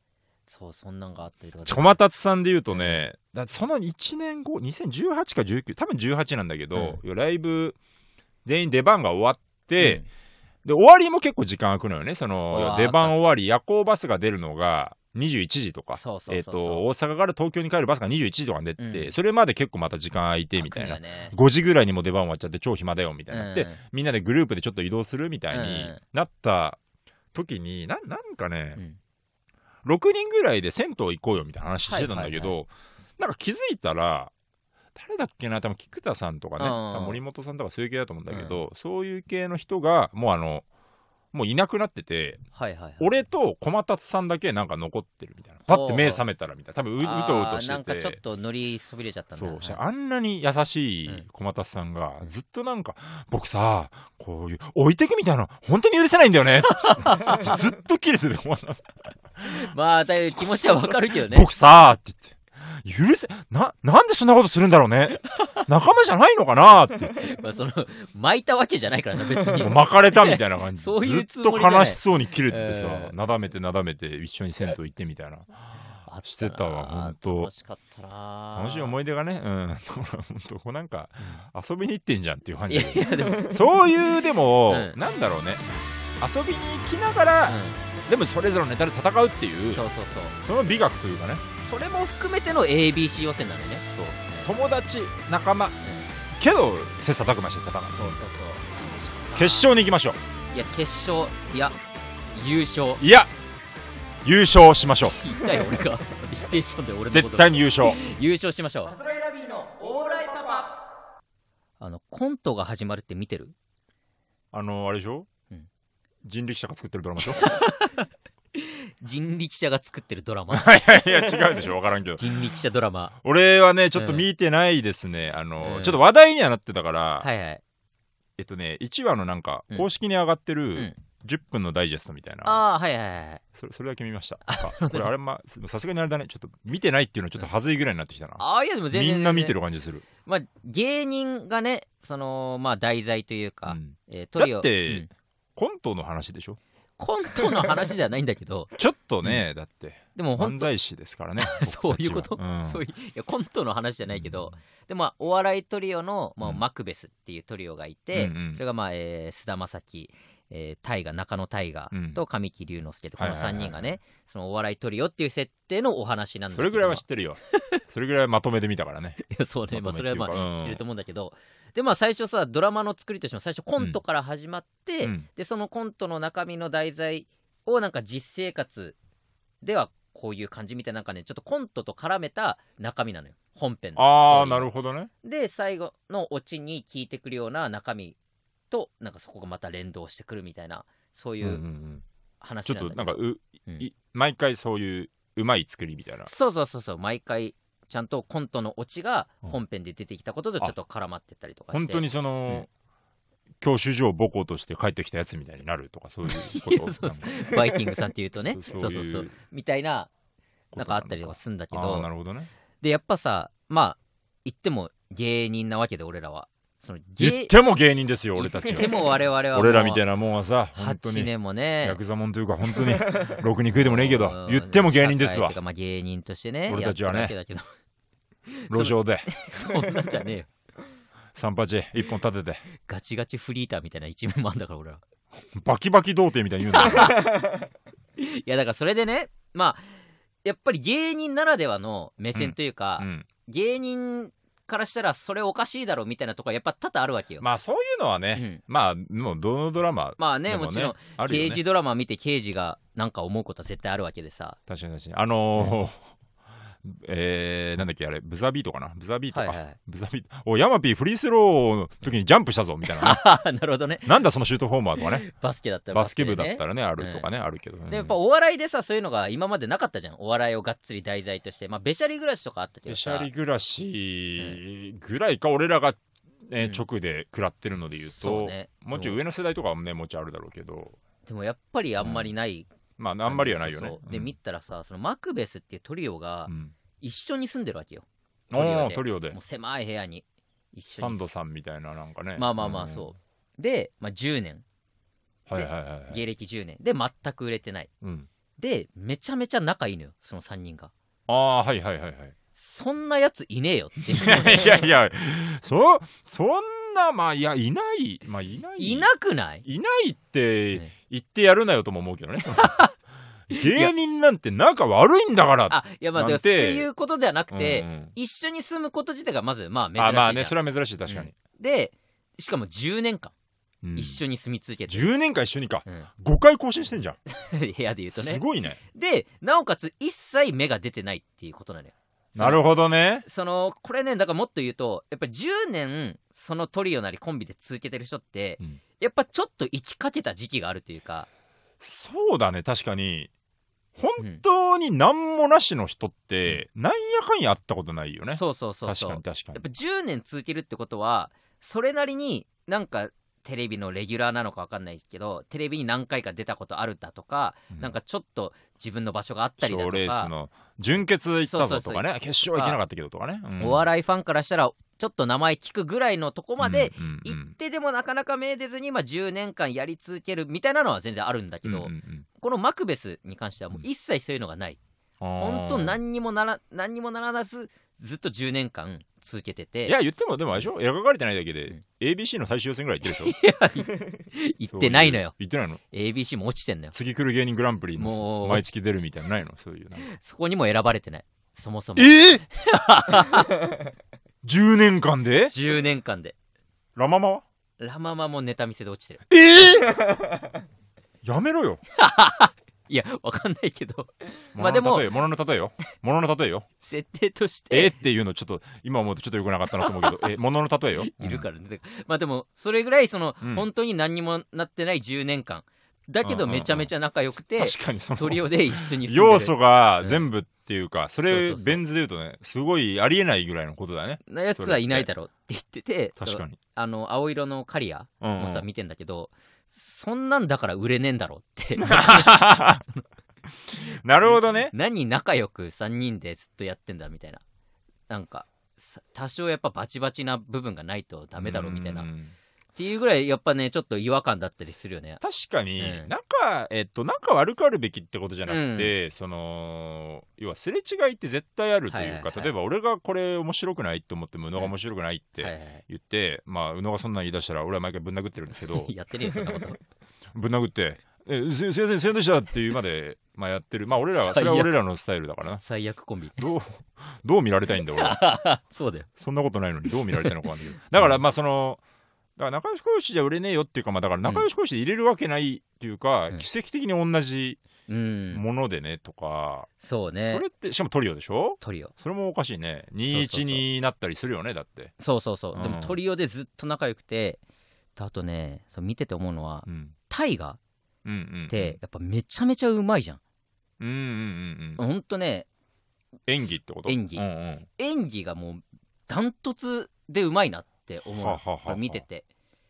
S1: そうそんなんがあったりとか
S2: 小松さんで言うとねだってその1年後2018か19多分18なんだけど、ライブ全員出番が終わって、
S1: うん
S2: で終わりも結構時間空くのよねそうの
S1: わー
S2: 出番終わり夜行バスが出るのが21時とか
S1: そうそう
S2: えっ
S1: そ
S2: と
S1: うそう、
S2: 大阪から東京に帰るバスが21時とかに出て、
S1: うん
S2: それまで結構また時間空いてみたいな、
S1: 悪夢よね
S2: 5時ぐらいにも出番終わっちゃって超暇だよみたいな、で
S1: うん
S2: みんなでグループでちょっと移動するみたいに
S1: うん
S2: なった時にななんかね
S1: う、ん
S2: 6人ぐらいで銭湯行こうよみたいな話してたんだけど、
S1: はいはい
S2: なんか気づいたら誰だっけな多分菊田さんとかね、
S1: うん
S2: 多分森本さんとかそういう系だと思うんだけど、そういう系の人がもうあのもういなくなってて
S1: はいはいはい、
S2: 俺と駒達さんだけなんか残ってるみたいなパッて目覚めたらみたいな多分うう
S1: あー
S2: とうとしてて
S1: なんかちょっと乗りそびれちゃったんだ
S2: そうした
S1: は
S2: らあんなに優しい駒達さんが
S1: うん
S2: ずっとなんか「僕さこういう置いてくみたいなの本当に許せないんだよ
S1: <laughs>
S2: ね」ずっと切れてて駒田さ
S1: いまあだいぶ気持ちはわかるけど
S2: ん
S1: ね
S2: 僕さ」って言って「許せななんでそんなことするんだろうね仲間じゃないのかな」って言って
S1: まあその巻いたわけじゃないからな別に
S2: もう巻かれたみたいな感じ
S1: そういうつ
S2: ずっ
S1: も
S2: と
S1: りじゃない
S2: 悲しそうに切れててさ、
S1: えー
S2: なだめてなだめて一緒に銭湯行ってみたいな
S1: あっな
S2: してたわほんと
S1: 楽しかったな
S2: 楽しい思
S1: い
S2: い出がねうん <laughs> 本当こうなんか遊びに行ってんじゃんっていう感
S1: い
S2: じ
S1: や
S2: だよね
S1: いやでも、うん、
S2: そういうでも、
S1: うん
S2: なんだろうね遊びに行きながら、でもそれぞれのネタで戦うっていう
S1: そ
S2: そう
S1: そうそう
S2: の美学というかね
S1: それも含めての ABC 予選なのね
S2: 友達仲間けど切磋琢磨して戦う
S1: そうそうそう
S2: 決勝に行きましょ
S1: いや決勝いや優勝
S2: ういや優勝しましょう
S1: 言ったよ俺
S2: <laughs>
S1: が否定したんだよ俺のこと
S2: 絶対に優勝
S1: 優勝しましょうあのコントが始まるって見てる
S2: あのあれでしょ、
S1: うん
S2: 人力車が作ってるドラマ
S1: <laughs>
S2: でしょ
S1: 人力車が作ってるドラ
S2: <laughs>
S1: マ
S2: いやいや違うでしょ分からんけど
S1: 人力車ドラマ
S2: <laughs> 俺はねちょっと
S1: うん
S2: 見てないですね、あの、
S1: うん
S2: ちょっと話題にはなってたから、
S1: はいはい
S2: えっとね1話のなんか
S1: うん
S2: 公式に上がって
S1: ん
S2: る10分のダイジェストみたいな、
S1: ああはいはいはい
S2: それそれだけ見ました。あこれあれまさすがにあれだね、ちょっと見てないっていうのはちょっと恥ずいぐらいになってきたな。
S1: ああいやでも全
S2: み
S1: 然
S2: んな見て
S1: る
S2: る感じする。
S1: まあ芸人がねそのまあ題材というか、
S2: うん
S1: えートリオ
S2: だって
S1: うん
S2: コントの話でしょ
S1: コントの話ではないんだけど
S2: ちょっとね、だって
S1: でも
S2: <laughs>
S1: 本
S2: 犯
S1: 当。
S2: 罪師ですからね
S1: <laughs> そういうこと、
S2: 僕たちは
S1: そううんいういやコントの話じゃないけど、でまあお笑いトリオの、まあ、
S2: うん
S1: マクベスっていうトリオがいて、
S2: うんうん
S1: それがまあ、えー菅田将暉えー大河中野大河
S2: うん
S1: と神木隆之介とこ
S2: はい
S1: の
S2: はいはい
S1: 3人がねそのお笑いトリオっていう設定のお話なんだけ
S2: そ
S1: ど
S2: れぐらいは知ってるよ。それぐらいはまとめで見たからね。
S1: いや <laughs> そうね、まあ、
S2: ま
S1: そ
S2: と
S1: れ
S2: めっ
S1: は
S2: ていうか
S1: まあ
S2: うん
S1: 知ってると思うんだけど、でまあ最初さドラマの作りとしても最初コントから始まって、
S2: うん
S1: でそのコントの中身の題材をなんか実生活ではこういう感じみたいななんかねちょっとコントと絡めた中身なのよ本編の
S2: ああ、なるほどね。
S1: で最後のオチに聞いてくるような中身となんかそこがまた連動してくるみたいなそうい
S2: うんうんう
S1: うん話
S2: ちょ
S1: な
S2: っ
S1: んだけ
S2: と
S1: ど
S2: なんか
S1: う
S2: う、
S1: ん
S2: い毎回そういううまい作りみたいな。
S1: そうそうそうそう毎回ちゃんとコントのオチが
S2: うん
S1: 本編で出てきたこととちょっと絡まってったりとかして
S2: 本当にその、教習所を母校として帰ってきたやつみたいになるとかそういう
S1: <laughs>
S2: こ
S1: いや
S2: と
S1: そうそうバイキングさんっていうとね
S2: そう
S1: そうそうそうみたいななんかあったりとかするんだけ
S2: ああー、
S1: ど
S2: なるほどね。
S1: でやっぱさまあ言っても芸人なわけで俺らはその
S2: 言っ
S1: 芸
S2: ても芸人ですよ、俺たち
S1: 言っ
S2: は。
S1: ても我々はもう
S2: 俺らみたいなもんはさ、本当
S1: 8
S2: に、
S1: 年もね
S2: ヤクザもんというか、本当に、 <laughs> ろくに食いでもねえけ
S1: う
S2: ど
S1: ん、
S2: 言っても芸人です
S1: 社会っ
S2: わ
S1: ていう、かまあ芸人としてね
S2: 俺たちはね
S1: やってるわけだ
S2: 路上で、
S1: けど <laughs> そんなんじゃねえよ
S2: 三八一本立てて、
S1: ガチガチフリーターみたいな一面もあんだから俺ら
S2: バキバキ童貞みたいに言うんだよ。
S1: いやだからそれでねまあやっぱり芸人ならではの目線 <laughs> というか、
S2: うん
S1: 芸人からしたらそれおかしいだろみたいなとこはやっぱ多々あるわけよ、
S2: まあ、そういうのは
S1: う
S2: ね、
S1: ん
S2: まあ、もう、どのドラマ
S1: まあね
S2: でもね、
S1: もちろん、
S2: ある
S1: 刑
S2: よね
S1: 事ドラマ見て刑事がなんか思うことは絶対あるわけでさ
S2: 確かに確かに。あのー、えー、なんだっけあれブザービートかなブザービート
S1: はい
S2: か、
S1: はい <laughs>
S2: ブザービートおヤマピーフリースローの時にジャンプしたぞ
S1: <laughs>
S2: みたいなね、
S1: ああなるほどね
S2: なんだそのシュートフォーマーとかね
S1: <laughs> バスケだったら
S2: バスケ部
S1: で
S2: だ
S1: ね
S2: ったらね、あるとかね、あるけどね。
S1: でやっぱお笑いでさそういうのが今までなかったじゃんお笑いをがっつり題材としてまあべしゃり暮らしとかあったけ
S2: べ
S1: ど
S2: しゃ
S1: さ
S2: り暮らしぐらいか、俺らが、えー
S1: うん
S2: 直で食らってるので言う
S1: そ
S2: と、
S1: ね
S2: もうちょい上の世代とかはね、もうちょいあるだろうけど、
S1: でもやっぱりあんまりない、
S2: まあ、あんまりはないよね。
S1: そうそうで
S2: うん
S1: 見たらさそのマクベスっていうトリオが
S2: うん
S1: 一緒に住んでるわけよ
S2: おー
S1: ト
S2: トリオで
S1: もう、狭い部屋に一緒
S2: サ
S1: に
S2: ンドさんみたいな、なんかね。
S1: まあまあまあそうで、まあ、10年
S2: うん。はいはいはいはい。
S1: 芸歴10年で全く売れてない
S2: うん、
S1: でめちゃめちゃ仲いいのよその3人が
S2: ああ、はいはい
S1: <laughs>
S2: はいはい。
S1: そんなやついねえよって
S2: <laughs> いやいや、そ、そんな、まあ、いや、いない、まあ、いない。
S1: いなくない
S2: いないって
S1: ね
S2: 言ってやるなよとも思う
S1: <laughs>
S2: けどね。芸人なんて仲悪いんだから
S1: あいやまあ
S2: なん
S1: で
S2: て
S1: もっていうことではなくて、
S2: うんうん
S1: 一緒に住むこと自体がまずまあ珍しいじゃん
S2: あまあねそれは珍しい確かに、
S1: でしかも10年間
S2: うん
S1: 一緒に住み続けて、
S2: 10年間一緒にか
S1: うん <laughs>
S2: 5回更新してんじゃん、
S1: 部屋で言うと
S2: す
S1: ね
S2: ごいね
S1: でなおかつ一切芽が出てないっていうことなのよ
S2: なる
S1: ほど
S2: ほどね
S1: そのこれねだからもっと言うとやっぱ10年そのトリオなりコンビで続けてる人って、
S2: うん
S1: やっぱちょっと生きかけた時期があるというか
S2: そうだね確かに本当に何もなしの人って、なんやかんやあったことないよね
S1: そうそうそうそう
S2: 確かに確
S1: やっ
S2: か
S1: ぱ10年続けるってことはそれなりになんかテレビのレギュラーなのか分かんないですけどテレビに何回か出たことあるだとか、
S2: に
S1: なんかちょっと自分の場所があった
S2: 賞
S1: りだと
S2: レース
S1: か、
S2: の準決行った
S1: そう
S2: ぞ
S1: そ
S2: と
S1: うそう
S2: かね決勝行けなかったけどとかね、
S1: お笑いファンからしたらちょっと名前聞くぐらいのとこ
S2: い
S1: まで
S2: うんうんう
S1: 行っ
S2: ん
S1: てでもなかなか名出ずに、まあ、10年間やり続けるみたいなのは全然あるんだけど、
S2: うんうんうん
S1: このマクベスに関してはもう一切そういうのがない、
S2: あー
S1: 本当何にもなら何にもならずずっと10年間続けてて
S2: いや言ってもでもあれでしょ描かれてないだけで、
S1: うん
S2: ABC の最終予選ぐらい行ってるで
S1: <laughs>
S2: し
S1: 行
S2: ょ
S1: ってないのよ
S2: そうう行ってないの
S1: ABC も落ちてんのよ
S2: 次来る芸人グランプリの
S1: もう
S2: 毎月出るみたいなのないのそういうなんか
S1: そこにも選ばれてないそもそも
S2: ええ <laughs> 10年間で
S1: 10年間で
S2: ラママは
S1: ラママもネタ見せで落ちてる
S2: えやめろよ
S1: いやわかんないけど <laughs> まあでも
S2: 物の例えよ物の例えよ物の例えよ
S1: 設定として
S2: えっていうのちょっと今思うとちょっとよくなかったなと思うけどえ物の例えよ
S1: いるからね、まあでもそれぐらいその、
S2: うん
S1: 本当に何にもなってない10年間だけど
S2: うんうんうん
S1: めちゃめちゃ仲良くて、
S2: うん確かにそ
S1: トリ
S2: の
S1: オで一緒に住んでる
S2: 要素が全部っていうか、そ
S1: そうそ
S2: れ
S1: うそう
S2: ベン図で言うとねすごいありえないぐらいのことだね
S1: なやつはいないだろうって言ってて
S2: 確かに、
S1: あの青色のカリア
S2: うんう
S1: もさ
S2: ん、
S1: 見てんだけど、そんなんだから売れねえんだろうって
S2: <laughs> なるほどね
S1: <laughs> 何仲良く3人でずっとやってんだみたいななんかさ多少やっぱバチバチな部分がないとダメだろうみたいな
S2: う
S1: っ
S2: ん
S1: ていうぐらいやっぱねちょっと違和感だったりするよね
S2: 確かに、
S1: うん
S2: 仲、えっと、仲悪くあるべきってことじゃなくて、その、要はすれ違いって絶対あるというか、
S1: はいはいはい
S2: 例えば俺がこれ面白くないって思っても、宇野が面白くないっ
S1: はい
S2: て
S1: はいはい
S2: 言って、まあ、宇野がそんなん言い出したら、俺は毎回ぶん殴ってるんです
S1: <laughs>、
S2: けど
S1: やってるよそんなこと
S2: <laughs> ぶん殴って、え、すすいません、すいませんでしたっていうまで、まあやってる。まあ俺らは、そ
S1: 最悪
S2: れは俺らのスタイルだからな。
S1: 最悪コンビ
S2: どう、どう見られたいんだ俺
S1: <laughs>
S2: は。
S1: そうだよ
S2: そんなことないのにどう見られたのかわかんないけどだからまあその、だから仲良し講師じゃ売れねえよっていうか、まあだから仲良し講師で入れるわけないっていうか、
S1: うん
S2: 奇跡的に同じ
S1: うん
S2: ものでねとか、
S1: そうね
S2: それって、しかもトリオでしょ
S1: トリオ
S2: それもおかしいね。
S1: そうそう
S2: 21になったりするよね、だって。
S1: そうそうそう、
S2: うん
S1: でもトリオでずっと仲良くてあとねそう見てて思うのは、
S2: うん。
S1: タイガ
S2: うんうん。
S1: っ、てやっぱめちゃめちゃうまいじゃん、
S2: うんうんうんうん。
S1: ほんとね
S2: 演技ってこと
S1: 演技
S2: うんうん。
S1: 演技がもうダントツでうまいなって思う
S2: ははは
S1: これ見てて、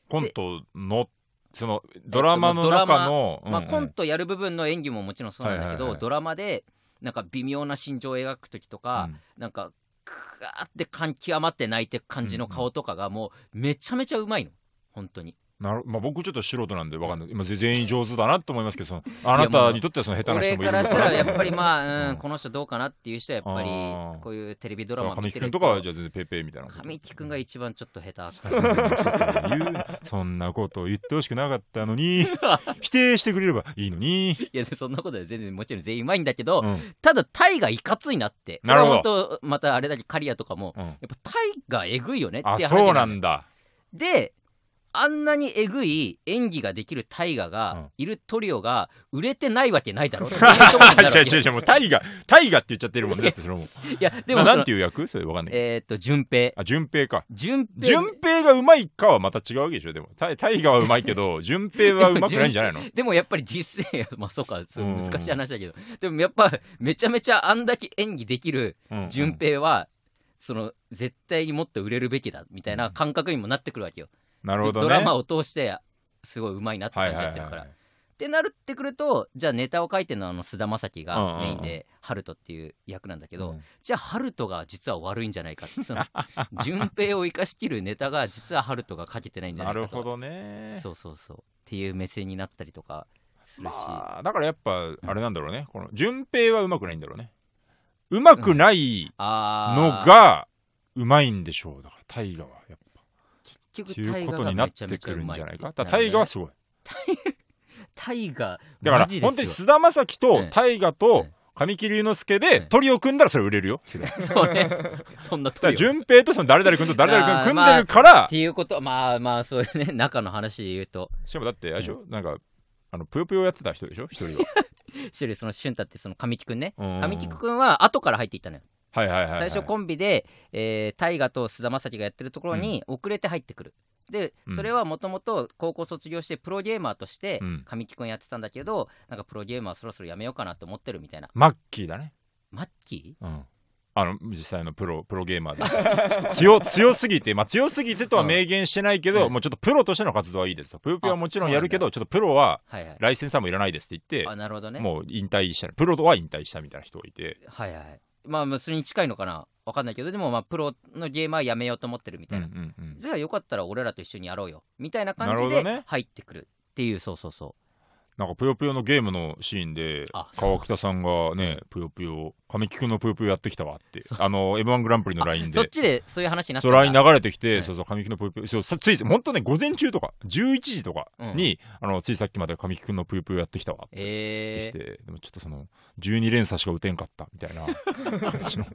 S2: コントの、その、ドラマの
S1: ドラマ
S2: 中の、
S1: まあ、
S2: うんうん
S1: コントやる部分の演技ももちろんそうなんだけど、
S2: はいはいはい
S1: ドラマでなんか微妙な心情を描く時とか、
S2: うん
S1: なんかクワーって感極まって泣いてく感じの顔とかがもうめちゃめちゃうまいの本当に
S2: なるまあ、僕ちょっと素人なんでわかんない今全員上手だなと思いますけどそのあなたにとってはその下手な
S1: 俺
S2: 人もい
S1: か
S2: る
S1: ら
S2: の
S1: した
S2: からな
S1: やっぱりまあ、う
S2: うん
S1: ん、この人どうかなっていう人はやっぱ
S2: あ
S1: り
S2: ー
S1: こういうテレビドラマ見
S2: 神
S1: て
S2: 木
S1: る
S2: 君
S1: と
S2: とかはじゃあ全然ペイペイみたいなこと
S1: 神木君が一番ちょっと下手くそ <laughs>
S2: 言うそんなことを言ってほしくなかったのに
S1: <laughs>
S2: 否定してくれればいいのに、
S1: いやそんなことで全然もちろん全員うまいんだけど、
S2: うん
S1: ただタイがいかついなって
S2: なるほど
S1: これは本当またあれだけカリアとかも、
S2: うん
S1: やっぱタイがえぐいよねって
S2: あ
S1: 話
S2: そうな
S1: のよ <laughs>
S2: んだ
S1: であんなにえぐい演技ができるタイガ
S2: う
S1: が
S2: ん
S1: いるトリオが売れてないわけないだろっていうところになる
S2: <laughs>
S1: わけ
S2: 違う違う違うもうタイガタイガって言っちゃってるもんねだってそれも
S1: いやで
S2: でも
S1: もそ
S2: なん
S1: の
S2: ていう役それわかんないけど
S1: えーっと順平
S2: あ順平か
S1: 順平
S2: 順平がうまいかはまた違うわけでしょでもタイタイガはうまい
S1: <laughs>
S2: けど順平はうまくないんじゃないの
S1: でもやっぱり実践まあそうかそう
S2: うん
S1: 難しい話だけど、でもやっぱめちゃめちゃあんだけ演技できる
S2: うん
S1: 順平は、その絶対にもっと売れるべきだみたいな感覚にもなってくるわけよ、
S2: なるほど、ね、
S1: ドラマ
S2: を
S1: を通してすごいうまいなって
S2: はい
S1: 感じ
S2: はい
S1: やっ
S2: は
S1: てる
S2: い
S1: から、
S2: はい
S1: ってなるってくるとじゃあネタを書いてるのはあの菅田将暉が
S2: うんうんうん
S1: メインで春人っていう役なんだけど、
S2: うん
S1: じゃあ春人が実は悪いんじゃないかってその順平を生かしきるネタが実は春人が書けてないんじゃな
S2: <laughs> ない
S1: か
S2: る
S1: とか
S2: ほどね
S1: そうそうそうっていう目線になったりとかするし、
S2: まあ、だからやっぱあれなんだろうね、この順平はうまくないんだろうねうまくない
S1: あ
S2: の
S1: ー
S2: がうまいんでしょうだからタイガはやっぱ
S1: 結
S2: って
S1: 局
S2: い
S1: 大
S2: う
S1: 河
S2: こと
S1: が
S2: になっ
S1: めちゃ
S2: て
S1: めち
S2: く
S1: ゃう
S2: るん
S1: まい
S2: じゃないかだからタイガはすごい
S1: 大河
S2: だから
S1: マジですよ
S2: 本当に菅田将暉と
S1: ええ
S2: タイガ
S1: え
S2: と
S1: え
S2: 神木隆之介
S1: え
S2: で
S1: え
S2: トリを組んだらそれ売れるよそれだか
S1: そうねそんなと
S2: ら順平とその誰々君と誰々君組んでるか
S1: っ
S2: ら
S1: ていうことまあまあそういうね中の話で言うと
S2: しかもだってあれでしょなんかあのぷよぷよやってた人でしょ一人は
S1: 一人その俊太ってその神木くんね
S2: うん
S1: <laughs> 神木くんは後から入っていったのよ
S2: はいはいはいはい
S1: 最初コンビでえー大河と菅田将暉がやってるところに遅れて入ってくるで
S2: うん
S1: それはもともと高校卒業してプロゲーマーとして
S2: うん
S1: 神木くんやってたんだけどなんかプロゲーマーそろそろやめようかなと思ってるみたいな
S2: マッキーだね
S1: マッキ
S2: うんあの実際のプロプロゲーマーで <laughs> 強強すぎて、まあ、強すぎてとは明言してないけど、
S1: うん
S2: もうちょっとプロとしての活動はいいですと、ぷよぷよはもちろんやるけど、ちょっとプロは
S1: ーはいはい
S2: ライセンサーもいらないですって言って
S1: あ、なるほどね
S2: もう引退した、プロとは引退したみたいな人がいて、
S1: はいはい。まあまあ、それに近いのかな。わかんないけど、でもまあ、プロのゲーマーやめようと思ってるみ
S2: う
S1: た
S2: ん
S1: いうな。
S2: んうん、
S1: じゃあよかったら俺らと一緒にやろうよ。みたいな感じ
S2: なる
S1: で
S2: ほどね
S1: 入ってくるっていう、そうそうそ
S2: なんかぷよぷよのゲームのシーンで
S1: あそう
S2: 川北さんがねぷよぷよ神木君のぷよぷよやってきたわって
S1: そうそう
S2: あの m 1グランプリのライン
S1: う。そっ
S2: で
S1: ちでそういう話になった
S2: そ
S1: ん
S2: う
S1: だ
S2: LINE 流れてきて、
S1: はい
S2: そうそう神木のぷよぷよそうさつい本当ね午前中とか11時とかに、あのついさっきまで神木君のぷよぷよやってきたわって言って
S1: え
S2: きて、でもちょっとその12連鎖しか打てんかったみたいな <laughs> 感じの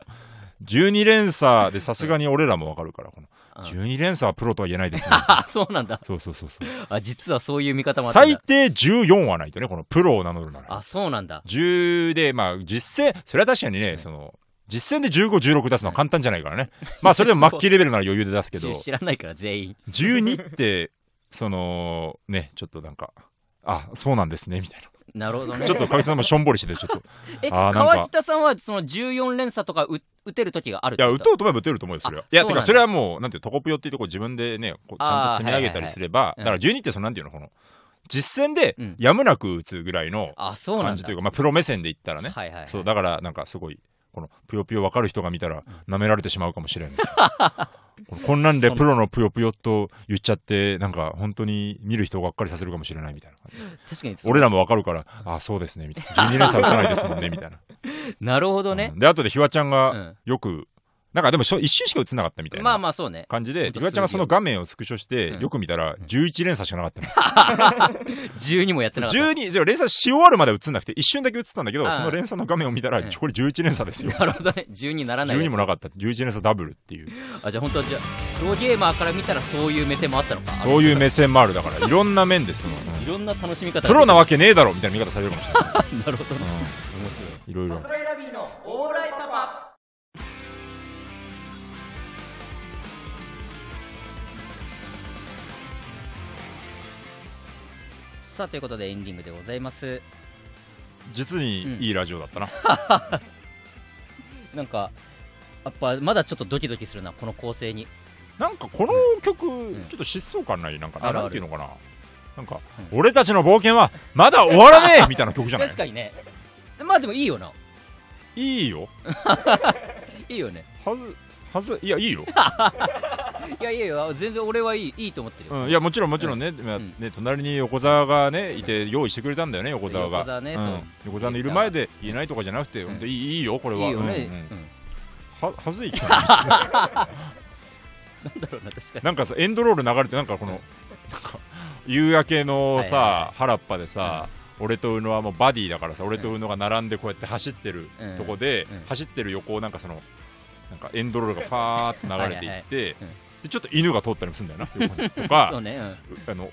S2: 12連鎖でさすがに俺らもわかるからこの
S1: ー。うん
S2: 12連鎖はプロとは言えないですね
S1: あ、そうなんだ。
S2: そうそうそうそう
S1: あ、実はそういう見方もあったん
S2: 最
S1: だ。
S2: 低14はないとねこのプロを名乗るなら
S1: あ、そうなんだ。
S2: 10で、まあ、実践、それは確かにね、その、実践で15、16出すのは簡単じゃないからね。まあ、それでも末期レベルなら余裕で出
S1: <laughs>
S2: すけど、
S1: 知らないから全員。
S2: 12って、その、ね、ちょっとなんか、あ、そうなんですね、みたい
S1: なるほど
S2: な。
S1: <laughs> ね。
S2: ちょっと、かみさんもしょんぼりしてて、ちょっと。い
S1: え、
S2: あーなんか
S1: 川北さんはその14連鎖とかう打てる時があるって
S2: や、
S1: こと
S2: 打とうと思えば打てると思うよ、それは
S1: あ。
S2: いや、
S1: そう
S2: て
S1: なんだ
S2: か、それはもう、なんていうの、トコプヨっていうとこ自分でね、こうちゃんと積み上げたりすれ
S1: あー
S2: ば、だ
S1: はい
S2: か
S1: はいはい
S2: ら12って、その、なんていうの、この、実践で
S1: うん
S2: やむなく打つぐらいの
S1: あ、そうなん
S2: 感
S1: だ。
S2: じというか、まあ、プロ目線で言ったらね。
S1: はいはいはい。
S2: そうだからなんかすごいこのぷよぷよ分かる人が見たら舐められてしまうかも
S1: <laughs>
S2: しれんみたいなこのこんなんでプロのぷよぷよと言っちゃってなんか本当に見る人をがっかりさせるかもしれないみたいな
S1: 確かにそう、
S2: 俺らも分かるからあそうですねみたいな12連鎖打たないですもんねみたいな、
S1: なるほどね
S2: う。んで後でひわちゃん
S1: う
S2: が
S1: ん
S2: よく、なんかでもしょ一瞬しか打つなかったみたい
S1: まあ
S2: な
S1: まあ、そうね。
S2: 感じで、
S1: ほんと
S2: ひわちゃんがその画面をスクショして、
S1: うん
S2: よく見たら11連鎖しかなかったの
S1: 12もやってなかった。
S2: 12じゃあ連鎖し終わるまで打つんなくて一瞬だけ打ってたんだけど
S1: ああ
S2: その連鎖の画面を見たら、
S1: うん
S2: これ11連鎖ですよ
S1: なるほどね。10にならないやつ
S2: 12もなかった11連鎖ダブルっていう
S1: あ、じゃあ本当はじゃあ、プロゲーマーから見たらそういう目線もあったのか。
S2: そういう目線もあるだからいろんな面でその、
S1: いろんな楽しみ方が
S2: プロなわけねえだろみたいな見方されるかもしれない、
S1: <laughs> なるほどね。
S2: いろいろ
S1: さあ、ということでエンディングでございます。
S2: 実にいいラジオだったな、
S1: なんか、やっぱまだちょっとドキドキするな、この構成に。
S2: なんかこの曲、
S1: ん
S2: ちょっと疾走感ないなんか
S1: あ
S2: な
S1: るある
S2: なんていうのかななんか、
S1: う <laughs>
S2: 俺たちの冒険はまだ終わらねえみたいな曲じゃない
S1: 確かにね。まあでもいいよな。
S2: いいよ。
S1: いいよね
S2: はず、はず、いや、い
S1: <laughs>
S2: いよ。
S1: いやいやいや全然俺はいいいいと思ってるよ、
S2: うん、いや、もちろん、もちろんね、まあ
S1: うん
S2: ね、隣に横澤がね、いて、用意してくれたんだよね、横澤が。
S1: 横澤ね
S2: うん
S1: そう
S2: 横澤のいる前で言えないとかじゃなくて、
S1: ん
S2: 本当いい、いいよ、これは。
S1: いいよね、
S2: うんうん
S1: うん
S2: は、はずい。
S1: <laughs> なんだろうな確かに
S2: なんかさ、エンドロール流れて、なんかこの、なんか、夕焼け
S1: は
S2: の
S1: いはい
S2: さ、原っぱでさ、俺と宇野はもうバディだからさ、俺と宇野が並んでこうやって走ってる
S1: うん
S2: とこで
S1: うん、
S2: 走ってる横をなんかその、なんかエンドロールがファーって流れていって、
S1: はいうん
S2: でちょっと犬が通ったりもするんだよな、横にとか
S1: そう、ね、うん
S2: うあの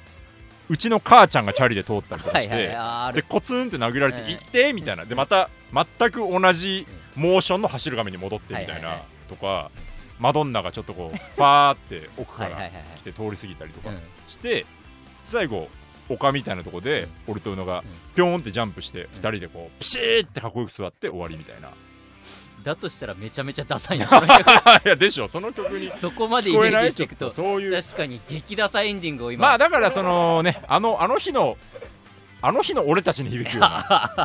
S2: うちの母ちゃんがチャリで通ったりとか
S1: はい
S2: して、
S1: はいあーあ
S2: で
S1: る
S2: コツンって殴られて
S1: うん
S2: 「行って!」みたいなでまた全く同じモーションの走る画面に戻ってみた
S1: はいいはいは
S2: ないとかマドンナがちょっと
S1: <laughs>
S2: こうファーって奥
S1: は
S2: か
S1: いはいはい
S2: ら
S1: はい
S2: 来て通り過ぎたりと
S1: う
S2: か
S1: ん
S2: して最後丘みたいなとこで俺と宇野がピョーンってジャンプして2人でこうピシーってかっこよく座って終わりみ
S1: <laughs>
S2: たいな
S1: だとしたらめちゃめちゃダサ
S2: <laughs>
S1: いな
S2: いやでしょその曲に
S1: そこ <laughs> までイ
S2: 聞
S1: メ
S2: こえな
S1: ー
S2: い
S1: ジしていくと
S2: そういう
S1: 確かに激ダサエンディングを今、
S2: まあだからそのねあのあの日のあの日の俺たちに響くような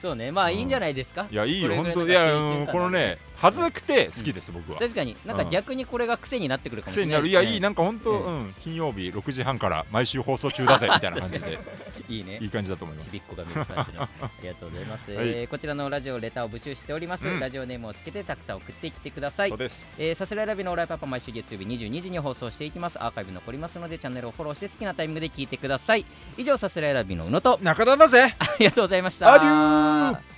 S1: そうねまあいいんじゃないですか、
S2: いや、いい
S1: こ
S2: よ、
S1: れ
S2: 本
S1: ぐら
S2: 当
S1: い
S2: いや、
S1: なんか
S2: うん
S1: 青春感
S2: このね、恥ずくて好きです、僕は。
S1: 確かになんか
S2: うん
S1: 逆にこれが癖になってくるかもし
S2: 癖
S1: れ
S2: に
S1: な、
S2: ないる、いや、いい、なんか本当、
S1: う
S2: うん、金曜日6時半から毎週放送中だぜ、みたいな感じで、
S1: いいね
S2: いい感じだと思いま
S1: ち
S2: す。
S1: びっこが見る感
S2: <laughs>
S1: じのありがとうございます、
S2: はい
S1: えーこちらのラジオレターを募集しております、
S2: うん
S1: ラジオネームをつけてたくさん送ってきてください
S2: そうです。
S1: えーさすらいラビのオーライパパ毎週月曜日22時に放送していきますアーカイブ残りますのでチャンネルをフォローして好きなタイミングで聞いてください以上さすらいラビの宇野と <laughs>
S2: 中田だぜ
S1: ありがとうございました
S2: アデュー